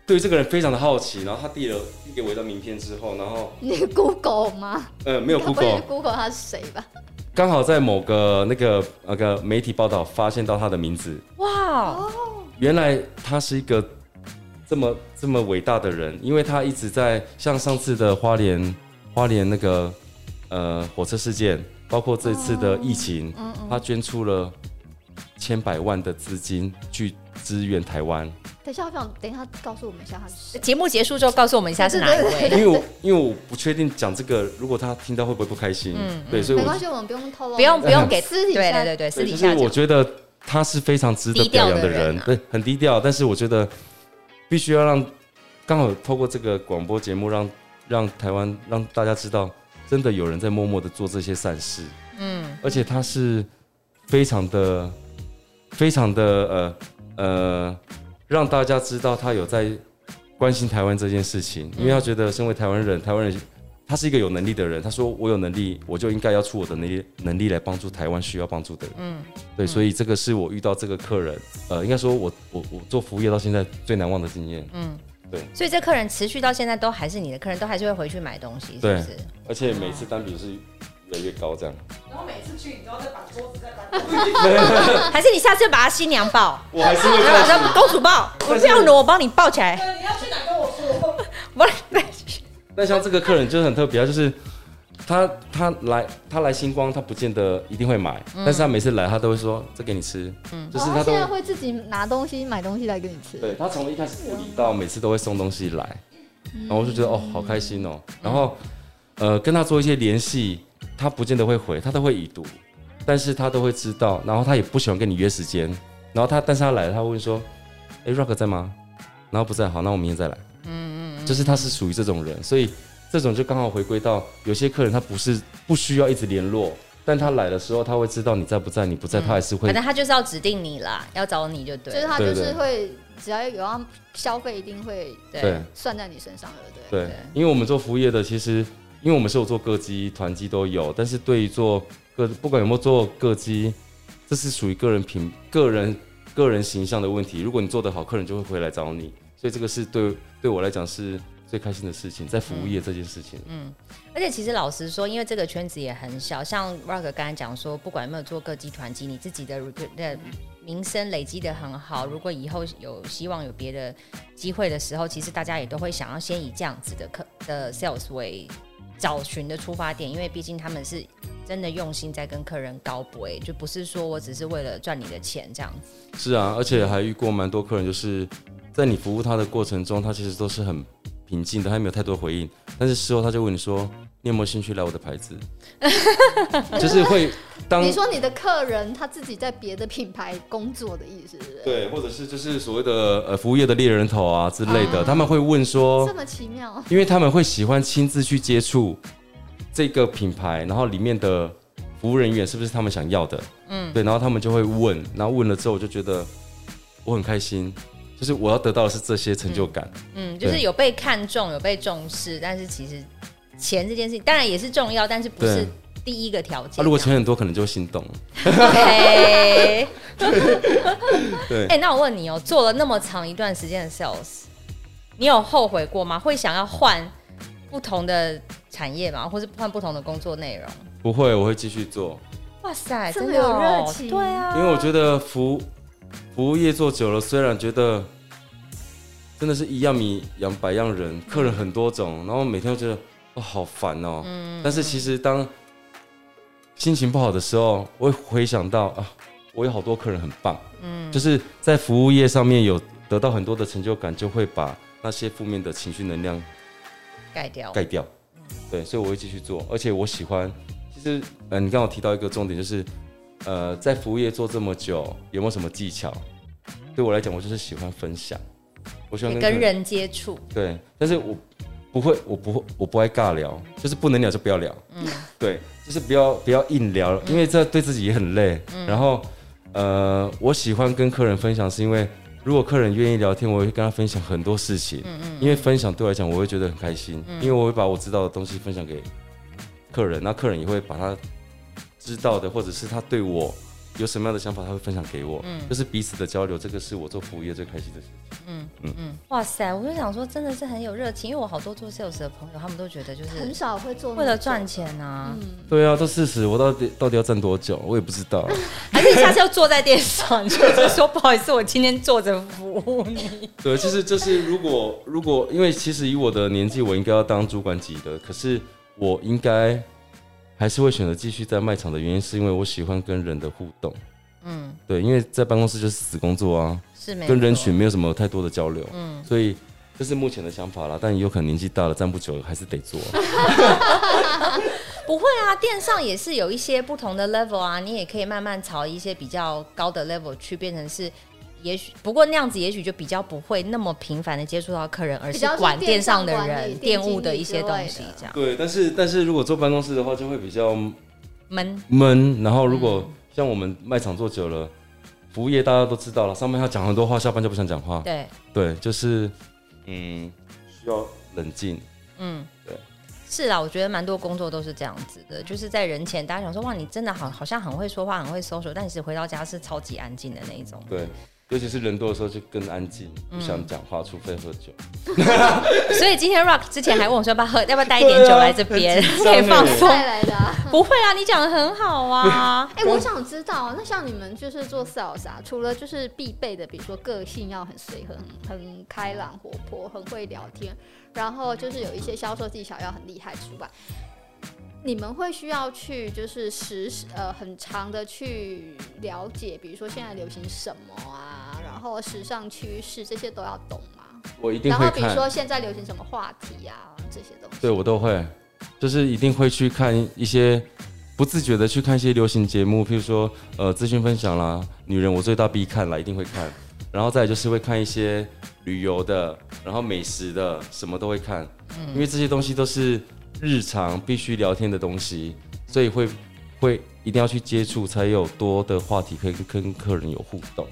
对这个人非常的好奇，然后他递了递给我一张名片之后，然后你 Google 吗？呃没有该不会 Google，是 Google 他是谁吧？刚好在某个那个那个媒体报道发现到他的名字， 哇，原来他是一个这么这么伟大的人，因为他一直在像上次的花莲花莲那个呃火车事件，包括这次的疫嗯情，他捐出了千百万的资金去支援台湾。等一下，我想等一下告诉我们一下他是谁。节目结束之后告诉我们一下是哪一对对对位，因为我因为我不确定讲这个，如果他听到会不会不开心？对，所以没我关系，我们不用透露，不用不用给私底对下哦对对对，私对底就下是我讲。觉得他是非常值得低调表的扬的人人啊，对，很低调。但是我觉得必须要让刚好透过这个广播节目让，让台湾让大家知道，真的有人在默默的做这些善事，嗯，而且他是非常的非常的呃呃，让大家知道他有在关心台湾这件事情，嗯因为他觉得身为台湾人，台湾人。他是一个有能力的人，他说我有能力，我就应该要出我的能力能力来帮助台湾需要帮助的人。嗯，对，所以这个是我遇到这个客人，呃，应该说我我我做服务业到现在最难忘的经验，所以这客人持续到现在都还是你的客人，都还是会回去买东西，是不对是？而且每次单笔是越来越高这样。然后每次去，你都要再把桌子再搬过来。 还是你下次把他新娘抱，我还是会然后把他公主抱，我不要挪，我帮你抱起 来，对，你要去哪跟我说？我帮你。那像这个客人就是很特别，他就是他他来他来星光，他不见得一定会买，但是他每次来他都会说这给你吃，嗯，就是哦他他都现在会自己拿东西买东西来给你吃。对他从一开始不理到每次都会送东西来，然后我就觉得哦好开心哦，然后呃跟他做一些联系，他不见得会回，他都会已读，但是他都会知道，然后他也不喜欢跟你约时间，然后他但是他来了他会问说，哎、r o c k 在吗？然后不在，好，那我明天再来。嗯嗯，就是他是属于这种人，所以这种就刚好回归到有些客人他不是不需要一直联络，但他来的时候他会知道你在不在，你不在他还是会反正他就是要指定你啦，要找你就对就了。是他就是对对会，只要有要消费，一定会对对，算在你身上，对不对？对对，因为我们做服务业的，其实因为我们是有做个机、团机都有，但是对于做个不管有没有做个机，这是属于个人品、个人、个人形象的问题。如果你做得好，客人就会回来找你，所以这个是对对我来讲是最开心的事情，在服务业这件事情。嗯而且其实老实说，因为这个圈子也很小，像 Rock 刚才讲说，不管有没有做各集团机，你自己的的名声累积的很好，如果以后有希望有别的机会的时候，其实大家也都会想要先以这样子的客的 sales 为找寻的出发点，因为毕竟他们是真的用心在跟客人高博，哎就不是说我只是为了赚你的钱这样子。是啊，而且还遇过蛮多客人，就是在你服务他的过程中，他其实都是很平静的，他没有太多回应，但是事后他就问你说。你有没有兴趣来我的牌子？ 就是会当你说你的客人他自己在别的品牌工作的意思是不是？对，或者是就是所谓的呃服务业的猎人头啊之类的，他们会问说这，么奇妙，因为他们会喜欢亲自去接触这个品牌，然后里面的服务人员是不是他们想要的？嗯，对，然后他们就会问，然后问了之后，我就觉得我很开心，就是我要得到的是这些成就感。嗯，就是对有被看重，有被重视，但是其实钱这件事情当然也是重要，但是不是对第一个条件这啊，样。如果钱很多，可能就会心动。 OK，对 哎、那我问你哦，做了那么长一段时间的 sales，你有后悔过吗？会想要换不同的产业吗？或是换不同的工作内容？不会，我会继续做，哇塞，这真么的哦有热情对啊，因为我觉得服服务业做久了，虽然觉得真的是一样米养百样人，客人很多种，然后每天都觉得哦好烦哦。但是其实当心情不好的时候，我会回想到啊，我有好多客人很棒，嗯，就是在服务业上面有得到很多的成就感，就会把那些负面的情绪能量盖掉，盖掉。对，所以我会继续做，而且我喜欢。其实，呃，你刚刚有提到一个重点，就是，呃，在服务业做这么久，有没有什么技巧？对我来讲，我就是喜欢分享，我喜欢也跟跟客人接触，对，但是我不会，我不会，我不爱尬聊，就是不能聊就不要聊。嗯，对，就是不要不要硬聊，因为这对自己也很累。然后，呃，我喜欢跟客人分享，是因为如果客人愿意聊天，我会跟他分享很多事情。嗯嗯，因为分享对我来讲，我会觉得很开心，因为我会把我知道的东西分享给客人，那客人也会把他知道的，或者是他对我。有什么样的想法，他会分享给我，就是彼此的交流，这个是我做服务业最开心的事。哇塞！我就想说，真的是很有热情，因为我好多做 sales 的朋友，他们都觉得就是很少会做那嗯为了种赚钱啊，对啊，都四十，我到底到底要站多久？我也不知道。还是你下次要坐在电视上，你 就是说不好意思，我今天坐着服务你。 对，就是就是，如果如果，因为其实以我的年纪，我应该要当主管级的，可是我应该还是会选择继续在卖场的原因，是因为我喜欢跟人的互动。嗯，对，因为在办公室就是死工作啊，是没跟人错群没有什么太多的交流。嗯，所以这是目前的想法啦，但有可能年纪大了站不久，还是得做。不会啊，电商也是有一些不同的 level 啊，你也可以慢慢朝一些比较高的 level 去，变成是，也许不过那样子，也许就比较不会那么频繁的接触到客人，而比是较是管电电商商的管理人店店经务的理一之些类东的西，这样对，但是但是如果坐办公室的话，就会比较闷。闷。然后如嗯果像我们卖场做久了，服务业大家都知道了，上班要讲很多话，下班就不想讲话。对，对，就是嗯，需要冷静。嗯是啊啦，我觉得蛮多工作都是这样子的，就是在人前大家想说哇，你真的好好像很会说话，很会 social，但其实回到家是超级安静的那一 种。对，尤其是人多的时候就更安静，不嗯想讲话，除非喝酒。所以今天 Rock 之前还问我说要不要喝，要不要带一点酒来这边、张可以放欸松？带来的啊、不会啊，你讲的很好啊。哎、我想知道，那像你们就是做 sales 啊，除了就是必备的，比如说个性要很随和、很很开朗、活泼、很会聊天，然后就是有一些销售技巧要很厉害之外，你们会需要去就是实时呃很长的去了解，比如说现在流行什么啊，然后时尚趋势这些都要懂吗？我一定然会后比如说看，现在流行什么话题啊，这些东西。对我都会，就是一定会去看一些。不自觉的去看一些流行节目，譬如说，呃，资讯分享啦，女人我最大必看啦，一定会看。然后再来就是会看一些旅游的，然后美食的，什么都会看，嗯因为这些东西都是日常必须聊天的东西，所以会会一定要去接触，才有多的话题可以跟跟客人有互动。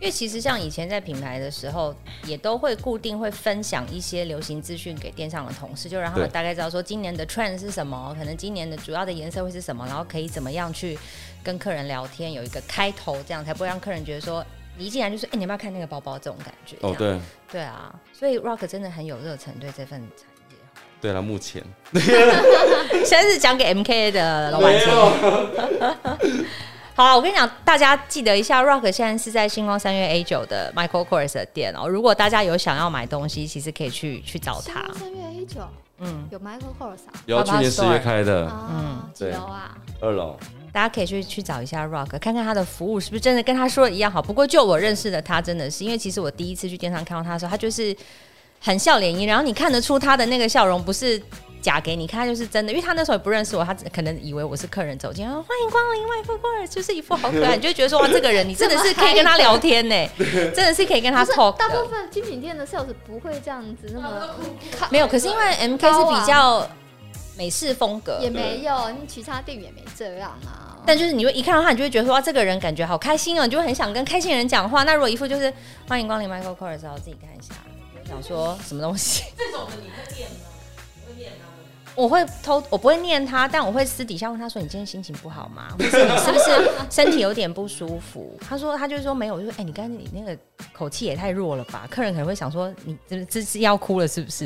因为其实像以前在品牌的时候，也都会固定会分享一些流行资讯给店上的同事，就让他们对大概知道说今年的 trend 是什么，可能今年的主要的颜色会是什么，然后可以怎么样去跟客人聊天，有一个开头，这样才不会让客人觉得说你一进来就说哎、你要不要看那个包包这种感觉。哦，这样对，对啊，所以 Rock 真的很有热忱对这份产业。对了，目前现在是讲给 MK 的老板听。好了，我跟你讲，大家记得一下，Rock 现在是在星光三月 A 九的 Michael Kors 的店哦。如果大家有想要买东西，其实可以去去找他。三月 A 九嗯，有 Michael Kors 啊，有去年十 Store 月开的啊，几对楼啊？二楼，大家可以去去找一下 Rock，看看他的服务是不是真的跟他说的一样好。不过就我认识的他，真的是因为其实我第一次去电商看到他的时候，他就是很笑脸迎，然后你看得出他的那个笑容不是。假给你看，他就是真的，因为他那时候也不认识我，他只可能以为我是客人走进来，然后欢迎光临外国 贵人，就是一副好可爱，你就会觉得说哇，这个人你真的是可以跟他聊天呢，真的是可以跟他不是 talk 大的部分精品店的 sales 不会这样子那么，没有，可是因为 MK 高啊是比较美式风格，也没有，你其他店也没这样啊。但就是你会一看到他，你就会觉得说哇，这个人感觉好开心哦，你就会很想跟开心的人讲话。那如果一副就是欢迎光临 Michael Kors，然后自己看一下，想说什么东 西，这种的你会念吗？你会念他们吗？我会偷，我不会念他，但我会私底下问他说你今天心情不好吗？或是你是不是身体有点不舒服？ 他说他就说没有，我就说哎、你刚才你那个口气也太弱了吧？客人可能会想说你这这是要哭了是不是？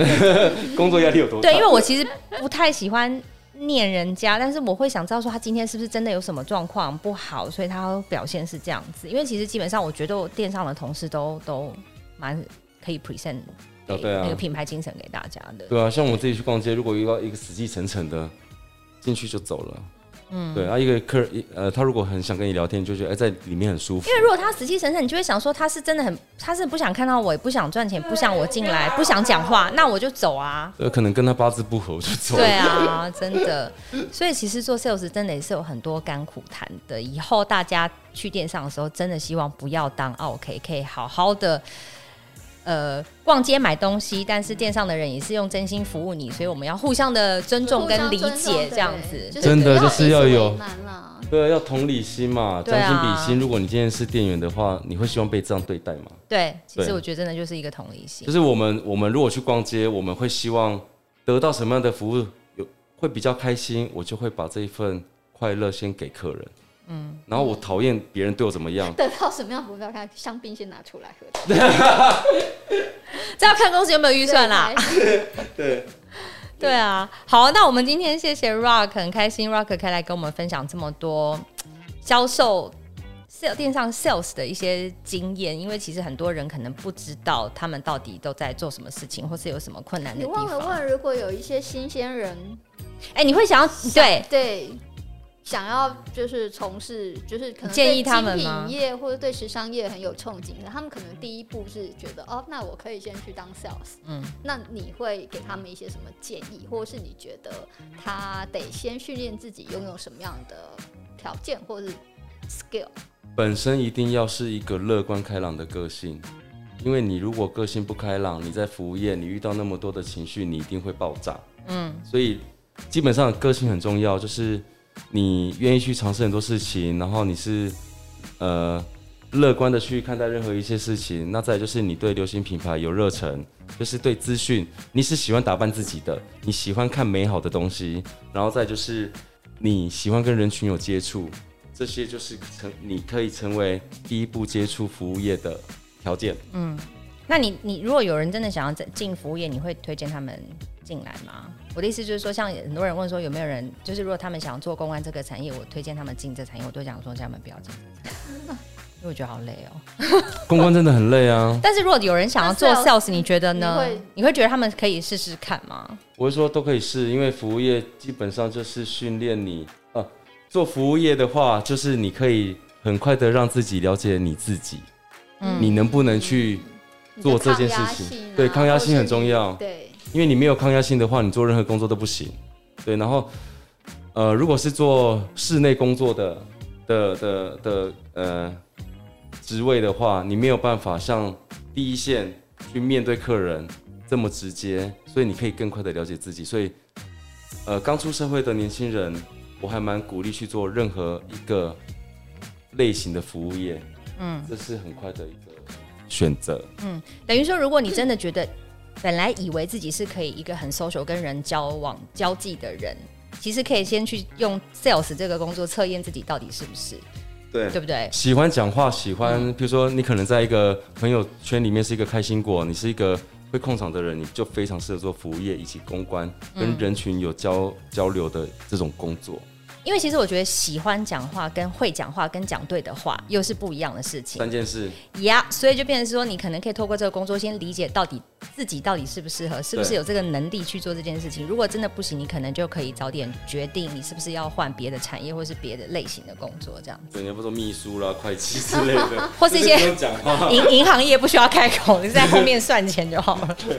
工作压力有多大？对，因为我其实不太喜欢念人家，但是我会想知道说他今天是不是真的有什么状况不好，所以他表现是这样子。因为其实基本上我觉得我店上的同事都都蛮可以 present 哦给对啊那个品牌精神给大家的。对啊，像我自己去逛街，如果遇到一个死气沉沉的，进去就走了，嗯，对，啊，一个客人一呃，他如果很想跟你聊天，你就觉得哎、在里面很舒服因。为如果他死气沉沉，你就会想说他是真的很，他是不想看到我，也不想赚钱，不想我进来，不想讲话，那我就走啊。呃，可能跟他八字不合，我就走了。对啊，真的。所以其实做 sales 真的也是有很多甘苦谈的。以后大家去电商的时候，真的希望不要当 OK，可以好好的。呃，逛街买东西，但是电商的人也是用真心服务你，所以我们要互相的尊重跟理解，这样子。就是真的不就是要一直有为难啦对啊，要同理心嘛，对啊将心比心。如果你今天是店员的话，你会希望被这样对待吗？对，其实对我觉得真的就是一个同理心就。是我们我们如果去逛街，我们会希望得到什么样的服务，有会比较开心，我就会把这一份快乐先给客人。嗯，然后我讨厌别人对我怎么嗯样，得到什么样的目标？看香槟先拿出来喝。这要看公司有没有预算啦。对，对啊，好，那我们今天谢谢 Rock，很开心 Rock 可以来跟我们分享这么多销售。sale 电商 sales 的一些经验，因为其实很多人可能不知道他们到底都在做什么事情，或是有什么困难的你地忘了方。哎、问，如果有一些新鲜人，你会想要对对，想要就是从事，就是可能建议对他们精吗品业或者对时尚业很有憧憬的，他们可能第一步是觉得哦，那我可以先去当 sales。嗯，那你会给他们一些什么建议，或是你觉得他得先训练自己拥有什么样的条件或是 skill？本身一定要是一个乐观开朗的个性，因为你如果个性不开朗，你在服务业你遇到那么多的情绪，你一定会爆炸。嗯，所以基本上个性很重要，就是你愿意去尝试很多事情，然后你是呃乐观的去看待任何一些事情。那再来就是你对流行品牌有热忱，就是对资讯你是喜欢打扮自己的，你喜欢看美好的东西，然后再就是你喜欢跟人群有接触，这些就是成你可以成为第一步接触服务业的条件。那你你如果有人真的想要在进服务业，你会推荐他们进来吗？我的意思就是说，像很多人问说有没有人，就是如果他们想做公关这个产业，我推荐他们进这产业，我都想说叫他们不要进这产业，因为我觉得好累 哦。公关真的很累啊，但是如果有人想要做那 sales， sales，你觉得呢？你你会会觉得他们可以试试看吗？我是说都可以试，因为服务业基本上就是训练你，呃，做服务业的话，就是你可以很快的让自己了解你自己，嗯你能不能去，你的做这件抗压事情性啊对抗压或是性很你重要对，因为你没有抗压性的话，你做任何工作都不行。对，然后，呃，如果是做室内工作的的的的呃职位的话，你没有办法像第一线去面对客人这么直接，所以你可以更快的了解自己。所以，呃，刚出社会的年轻人，我还蛮鼓励去做任何一个类型的服务业，嗯，这是很快的一个选择。等于说，如果你真的觉得本来以为自己是可以一个很 social 跟人交往交际的人，其实可以先去用 sales 这个工作测验自己到底是不是，对对不对？喜欢讲话，喜欢，譬如说，你可能在一个朋友圈里面是一个开心果，你是一个会控场的人，你就非常适合做服务业以及公关，嗯跟人群有交交流的这种工作。因为其实我觉得喜欢讲话、跟会讲话、跟讲对的话又是不一样的事情三件事，呀。所以就变成说，你可能可以透过这个工作先理解到底自己到底适不适合，是不是有这个能力去做这件事情。如果真的不行，你可能就可以早点决定你是不是要换别的产业或是别的类型的工作，这样。对，你要不说秘书啦、会计之类的， 或是一些就是不用讲话，银银行业不需要开口，你在后面算钱就好了。嗯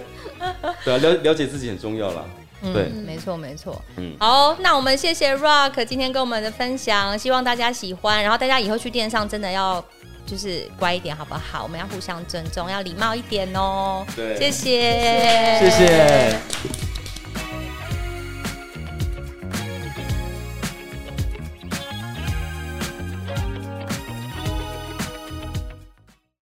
对啊，了了解自己很重要啦。对，没错，没错。嗯好，那我们谢谢 Rock 今天跟我们的分享，希望大家喜欢。然后大家以后去店上真的要就是乖一点，好不好？我们要互相尊重，要礼貌一点哦。对谢谢，谢谢。